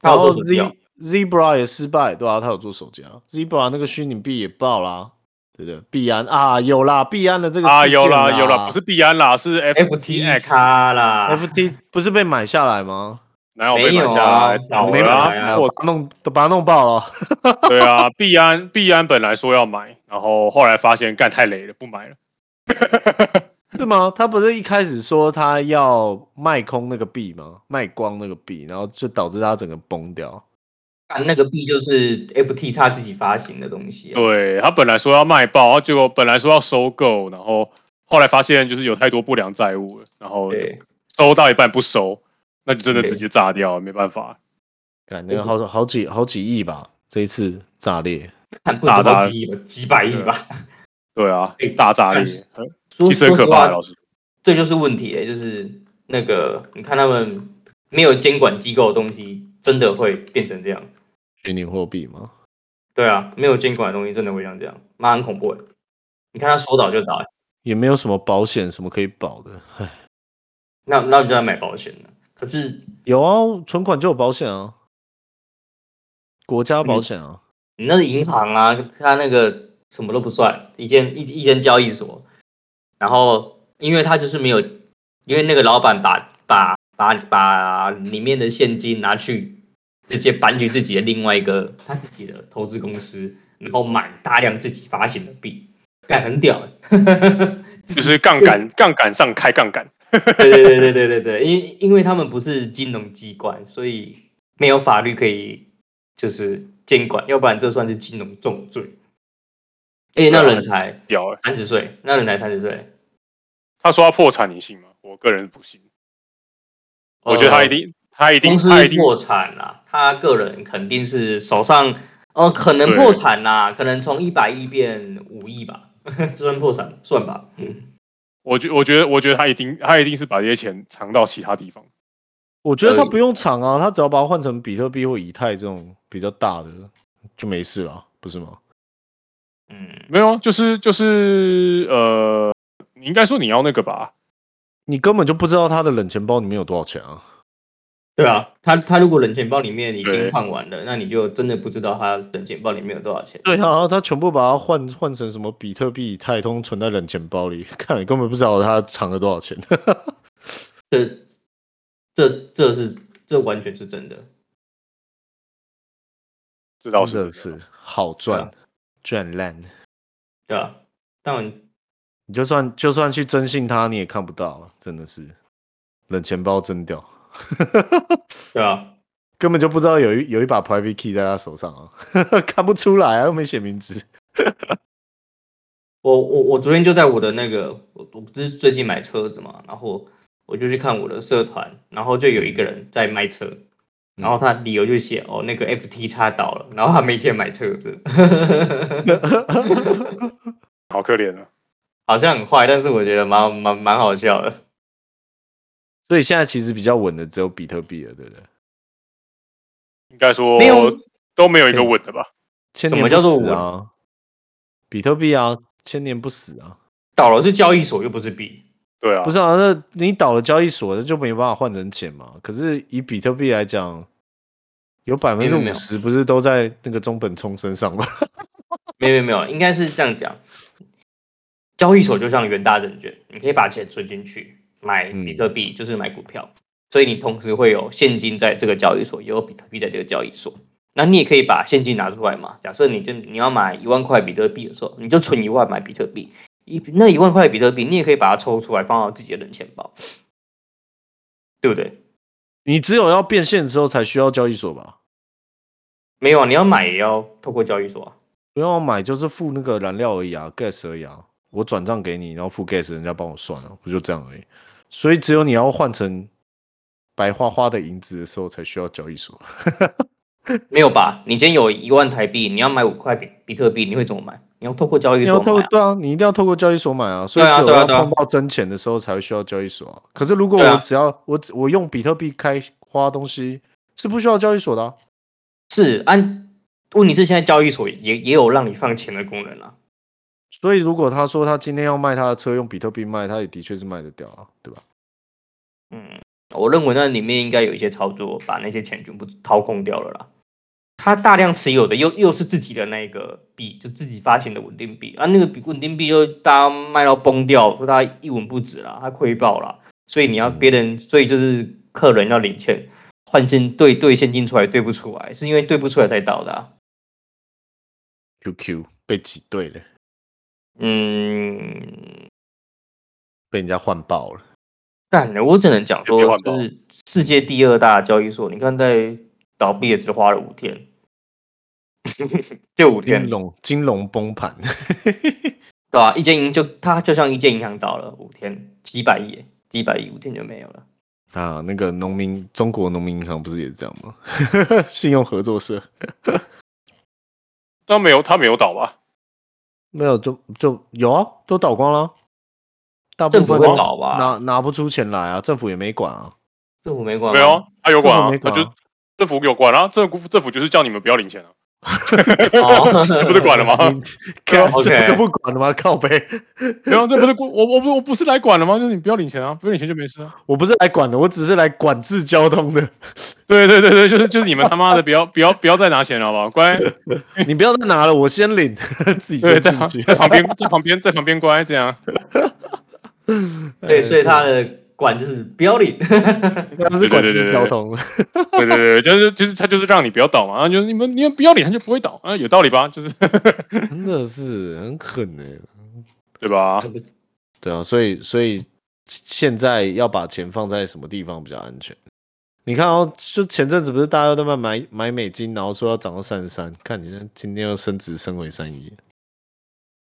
Speaker 2: 他
Speaker 1: 然
Speaker 2: 有做
Speaker 1: 后
Speaker 2: 手机啊
Speaker 1: Z Zebra 也失败，对啊，他有做手机啊，Zebra 那个虚拟币也爆啦，对不对？币安啊，有啦，币安的这个
Speaker 3: 啊，
Speaker 1: 事件
Speaker 3: 有啦有啦，不是币安啦，是 E
Speaker 2: FTX
Speaker 3: FTX，
Speaker 2: 啦
Speaker 1: FT 不是被买下来吗？
Speaker 3: 哪有被买
Speaker 2: 没
Speaker 3: 下来？
Speaker 2: 有啊
Speaker 3: 倒
Speaker 1: 没
Speaker 3: 了
Speaker 1: 买
Speaker 2: 啊
Speaker 1: 下
Speaker 3: 啊
Speaker 1: 来啊，
Speaker 3: 我
Speaker 1: 把它弄把它弄爆了。
Speaker 3: 对啊，币安币安本来说要买，然后后来发现干太累了，不买了。
Speaker 1: 是吗？他不是一开始说他要卖空那个币吗？卖光那个币，然后就导致他整个崩掉。
Speaker 2: 干那个币就是 FTX 自己发行的东西、啊，
Speaker 3: 对他本来说要卖爆，然后结果本来说要收购，然后后来发现就是有太多不良债务了，然后就
Speaker 2: 对，
Speaker 3: 收到一半不收，那就真的
Speaker 2: 对
Speaker 3: 直接炸掉，没办法。
Speaker 1: 感那个好好几好几亿吧，这一次炸裂。
Speaker 2: 看不知道几亿吧，几百亿吧。
Speaker 3: 对啊
Speaker 2: 对，
Speaker 3: 大炸
Speaker 2: 但
Speaker 3: 裂，很
Speaker 2: 说
Speaker 3: 其实很
Speaker 2: 说
Speaker 3: 可
Speaker 2: 实
Speaker 3: 怕。
Speaker 2: 话
Speaker 3: 老，师，
Speaker 2: 这就是问题、欸，就是那个你看他们没有监管机构的东西，真的会变成这样。
Speaker 1: 虚拟货币吗？
Speaker 2: 对啊，没有监管的东西真的会像这样，妈很恐怖、欸。你看他说倒就倒、欸
Speaker 1: 也没有什么保险什么可以保的。唉，
Speaker 2: 那那你就要买保险了。可是
Speaker 1: 有啊，存款就有保险啊，国家保险啊。
Speaker 2: 你那是银行啊，它那个什么都不算，一间一一间交易所，然后因为它就是没有，因为那个老板把把把把里面的现金拿去直接搬去自己的另外一个他自己的投资公司，然后买大量自己发行的币，干很屌、欸。
Speaker 3: 就是杠杆杠杆上开杠杆，
Speaker 2: 对对对对对对对，因因为他们不是金融机关，所以没有法律可以就是监管，要不然这算是金融重罪。哎，那人才
Speaker 3: 屌欸！
Speaker 2: 三十岁，那人才三十岁，
Speaker 3: 他说要破产，你信吗？我个人不信，我觉得他一定，他一
Speaker 2: 呃公
Speaker 3: 定，
Speaker 2: 司
Speaker 3: 他一定，
Speaker 2: 破产啦、他个人肯定是手上哦，可能
Speaker 3: 对
Speaker 2: 破产啦、可能从一百亿变五亿吧，算破产算吧。
Speaker 3: 我觉，我觉得，我觉得他一定，他一定是把这些钱藏到其他地方。
Speaker 1: 我觉得
Speaker 2: 呃
Speaker 1: 他不用藏啊，他只要把它换成比特币或以太这种比较大的就没事了，不是吗？
Speaker 2: 嗯，
Speaker 3: 没有啊，就是就是呃，你应该说你要那个吧，
Speaker 1: 你根本就不知道他的冷钱包里面有多少钱啊。
Speaker 2: 对啊，他他如果冷钱包里面已经
Speaker 3: 对
Speaker 2: 换完了，那你就真的不知道他冷钱包里面有多少钱。
Speaker 1: 对啊，然后他全部把它换换成什么比特币、以太，通存在冷钱包里，看你根本不知道他藏了多少钱。
Speaker 2: 这这这是这完全是真的。
Speaker 3: 这倒是啊
Speaker 1: 真的是好
Speaker 2: 啊
Speaker 1: 赚，赚烂。
Speaker 2: 对啊，但
Speaker 1: 你就算就算去征信他，你也看不到，啊真的是冷钱包真屌，
Speaker 2: 对啊，
Speaker 1: 根本就不知道有一有一把 private key 在他手上啊， 看不出来啊，又没写名字。
Speaker 2: 我我我昨天就在我的那个，我我不是最近买车子嘛，然后我就去看我的社团，然后就有一个人在卖车，然后他理由就写哦，那个 FT 叉倒了，然后他没钱买车子，
Speaker 3: 好可怜啊！
Speaker 2: 好像很坏，但是我觉得蛮蛮蛮好笑的。
Speaker 1: 所以现在其实比较稳的只有比特币了，对不对？
Speaker 3: 应该说
Speaker 2: 没有
Speaker 3: 都没有一个稳的吧？
Speaker 1: 千
Speaker 2: 什
Speaker 1: 年
Speaker 2: 么
Speaker 1: 不
Speaker 2: 叫做
Speaker 1: 死
Speaker 2: 稳
Speaker 1: 啊？比特币啊，千年不死啊！
Speaker 2: 倒了是交易所又不是币，
Speaker 3: 对啊，
Speaker 1: 不是啊，那你倒了交易所，那就没办法换成钱嘛。可是以比特币来讲，有百分
Speaker 2: 没
Speaker 1: 之
Speaker 2: 有没
Speaker 1: 五
Speaker 2: 有
Speaker 1: 十不是都在那个中本聪身上吗？
Speaker 2: 没有没有没有，应该是这样讲，交易所就像元大证券，你可以把钱存进去买比特币，就是买股票，所以你同时会有现金在这个交易所，也有比特币在这个交易所。那你也可以把现金拿出来嘛。假设你就你要买一万块比特币的时候，你就存一万买比特币，一那一万块比特币，你也可以把它抽出来放到自己的冷钱包，对不对？
Speaker 1: 你只有要变现之后才需要交易所吧？
Speaker 2: 没有啊，你要买也要透过交易所啊。
Speaker 1: 不用买就是付那个燃料而已啊，gas 而已啊。我转账给你，然后付 gas，人家帮我算啊，不就这样而已。所以只有你要换成白花花的银子的时候，才需要交易所。
Speaker 2: 没有吧？你今天有一万台币，你要买五块比比特币，你会怎么买？你要透过交易
Speaker 1: 你
Speaker 2: 所
Speaker 1: 要
Speaker 2: 买
Speaker 1: 透
Speaker 2: 啊、
Speaker 1: 对啊，你一定要透过交易所买啊，所以
Speaker 2: 对啊
Speaker 1: 只有
Speaker 2: 对啊
Speaker 1: 要
Speaker 2: 对啊
Speaker 1: 碰到真钱的时候才会需要交易所啊。可是如果
Speaker 2: 对
Speaker 1: 我
Speaker 2: 啊
Speaker 1: 只要、我只我用比特币开花东西，是不需要交易所的、啊。
Speaker 2: 是按问题是现在交易所也也有让你放钱的功能啊。
Speaker 1: 所以如果他说他今天要卖他的车用比特币卖，他也的确是卖得掉啊，对吧？
Speaker 2: 嗯，我认为那里面应该有一些操作，把那些钱全部掏空掉了啦。他大量持有的又又是自己的那个币，就自己发行的稳定币啊，那个比稳定币又大家卖到崩掉，说他一文不值啦，他亏爆啦。所以你要别人，所以就是客人要领钱换现兑兑现金出来，兑不出来，是因为兑不出来才倒的、啊。
Speaker 1: QQ 被挤兑了，
Speaker 2: 嗯，
Speaker 1: 被人家换爆了。
Speaker 2: 但我只能讲
Speaker 3: 就别
Speaker 2: 说，
Speaker 3: 换
Speaker 2: 就
Speaker 3: 包
Speaker 2: 是世界第二大交易所，你看在倒闭也只花了五 天，就五天
Speaker 3: 嗯
Speaker 1: 金，融金融崩盘，
Speaker 2: 对啊吧、一间银就它就像一间银行倒了五天，几百亿耶，几百亿，五天就没有了。
Speaker 1: 啊，那个农民，中国农民银行不是也这样吗？ 信用合作社
Speaker 3: 那没有他没有倒吧？
Speaker 1: 没有，就就有啊，都倒光了，大部
Speaker 2: 政府
Speaker 1: 分
Speaker 2: 会
Speaker 1: 都
Speaker 2: 倒吧
Speaker 1: 拿拿不出钱来啊，政府也没管啊。
Speaker 2: 政府没管吗
Speaker 3: 没有，啊，他有管
Speaker 1: 政府
Speaker 3: 啊
Speaker 1: 没，
Speaker 3: 他
Speaker 1: 管啊
Speaker 3: 就政府有管啊，政府政府就是叫你们不要领钱啊，这
Speaker 2: 哦
Speaker 1: 呃
Speaker 3: 不是管了吗？
Speaker 1: 你看
Speaker 2: 对啊
Speaker 1: 这
Speaker 2: OK
Speaker 1: 都不管了吗？ 靠背，
Speaker 3: 没有，这不是我我我不我不是来管了吗？就是你不要领钱啊，不要领钱就没事啊。
Speaker 1: 我不是来管的，我只是来管制交通 的。
Speaker 3: 对对对对，就是就是你们他妈的不要不要不要再拿钱了，好不好？乖，
Speaker 1: 你不要再拿了，我先领， 自己
Speaker 3: 对，
Speaker 1: 先
Speaker 3: 在
Speaker 1: 进
Speaker 3: 旁
Speaker 1: 去。
Speaker 3: 在旁边在旁边在旁边乖，这样
Speaker 2: 对，所以它的管就是不要领。
Speaker 3: 啊
Speaker 1: 他们是管制交通，
Speaker 3: 对对对，就是就是他就是让你不要倒嘛，然后啊就是你们你们不要脸，他就不会倒啊，有道理吧？就是
Speaker 1: 真的是很狠哎、
Speaker 3: 对吧？
Speaker 1: 对啊，所以所以现在要把钱放在什么地方比较安全？你看哦，就前阵子不是大家都在买买美金，然后说要涨到三十三，看你这今天又升值升回三一，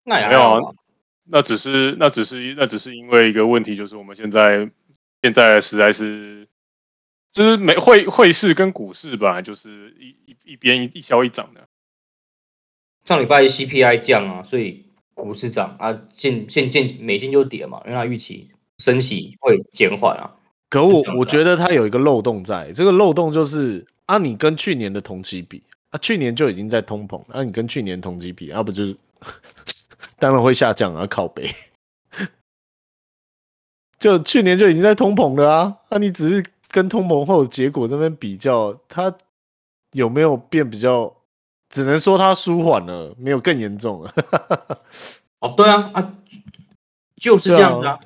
Speaker 2: 那也
Speaker 3: 没有啊
Speaker 2: 还好吧
Speaker 3: 那只是那只是那只是因为一个问题，就是我们现在现在实在是就是每汇汇市跟股市本来就是一一一边一一消一涨的，
Speaker 2: 上礼拜 CPI 降啊，所以股市涨啊，现现现美金就跌嘛，因为它预期升息会减缓啊。
Speaker 1: 可我
Speaker 2: 是这样子啊
Speaker 1: 我觉得它有一个漏洞在，这个漏洞就是啊，你跟去年的同期比啊，去年就已经在通膨，那、啊、你跟去年同期比，啊不就是 当然会下降啊，靠北， 就去年就已经在通膨了啊，那、你只是跟通膨后的结果这边比较，它有没有变比较？只能说它舒缓了，没有更严重了。
Speaker 2: 哦，对啊，啊，就是这样子啊，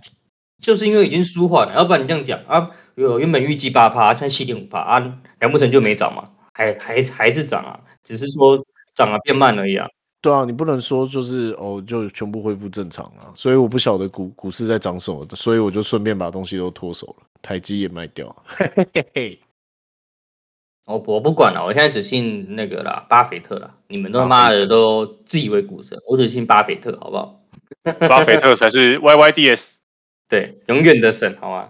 Speaker 2: 就是因为已经舒缓了，要不然你这样讲啊，有原本预计八趴，现在七点五趴啊，难不成就没涨嘛？还还还是涨啊，只是说涨啊变慢而已啊。
Speaker 1: 对啊，你不能说就是哦，就全部恢复正常了、所以我不晓得股股市在涨什么的，所以我就顺便把东西都脱手了，台积也卖掉啊。 嘿嘿嘿，
Speaker 2: 我哦我不管了，我现在只信那个啦，巴菲特啦。你们都他
Speaker 1: 巴
Speaker 2: 妈
Speaker 1: 菲特
Speaker 2: 的都自以为股神，我只信巴菲特，好不好？
Speaker 3: 巴菲特才是 YYDS。
Speaker 2: 对，永远的神，好吗？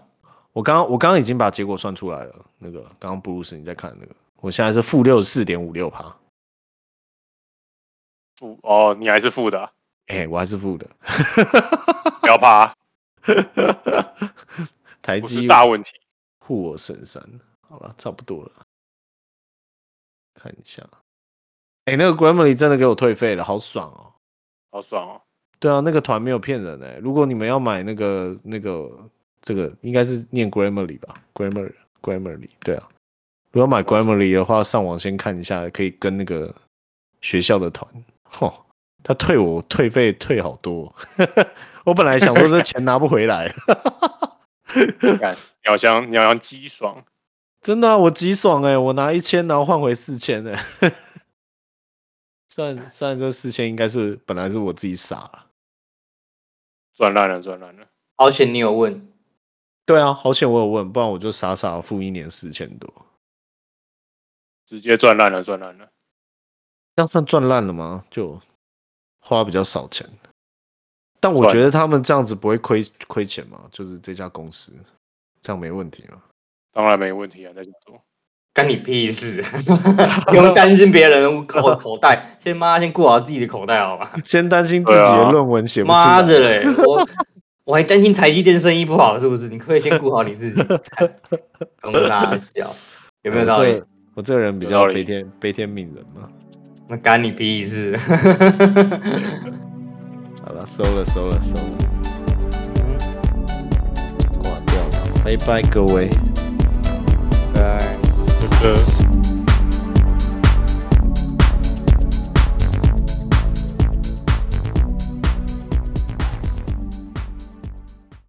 Speaker 1: 我刚我刚刚已经把结果算出来了，那个刚刚布鲁斯你在看那个，我现在是负六四点五六趴，
Speaker 3: 负哦，你还是负的啊、
Speaker 1: 哎、我还是负的，
Speaker 3: 不要怕，啊
Speaker 1: 台
Speaker 3: 不是
Speaker 1: 积
Speaker 3: 大问题。
Speaker 1: 护我神山。好了，差不多了，看一下。哎、那个 Grammarly 真的给我退费了，好爽哦！
Speaker 3: 好爽哦！
Speaker 1: 对啊，那个团没有骗人哎、如果你们要买那个那个这个，应该是念 Grammarly 吧？Grammar Grammarly 对啊。如果买 Grammarly 的话，上网先看一下，可以跟那个学校的团。吼，他退我退费退好多， 我本来想说这钱拿不回来，
Speaker 3: 干鸟翔鸟翔鸡爽，
Speaker 1: 真的啊、我极爽哎、我拿一千，然后换回四千哎。 虽然虽然这四千应该是本来是我自己傻了，
Speaker 3: 赚烂了，赚烂了。
Speaker 2: 好险你有问，
Speaker 1: 对啊，好险我有问，不然我就傻傻地付一年四千多。
Speaker 3: 直接赚烂了，赚烂了。
Speaker 1: 这样算赚烂了吗？就花比较少钱，但我
Speaker 3: 算
Speaker 1: 觉得他们这样子不会亏亏钱嘛，就是这家公司这样没问题嘛。
Speaker 3: 当然没问题啊，在讲说，
Speaker 2: 干你屁事！ 不用担心别人口口袋，先妈先顾好自己的口袋好吗？
Speaker 1: 先担心自己
Speaker 3: 对
Speaker 1: 的
Speaker 3: 啊
Speaker 1: 论文写不出来，
Speaker 2: 妈的嘞，我 我还担心台积电生意不好是不是？你可不可以先顾好你 自己？公大小有没有道
Speaker 1: 哎我这
Speaker 2: 理
Speaker 1: 个？我这个人比
Speaker 3: 有
Speaker 1: 较
Speaker 3: 道理
Speaker 1: 悲天悲天悯人嘛。
Speaker 2: 那干你屁事！
Speaker 1: 好了，收了收了收了，
Speaker 2: 嗯
Speaker 1: 挂掉了，拜拜各位。
Speaker 2: 对。
Speaker 3: 这个。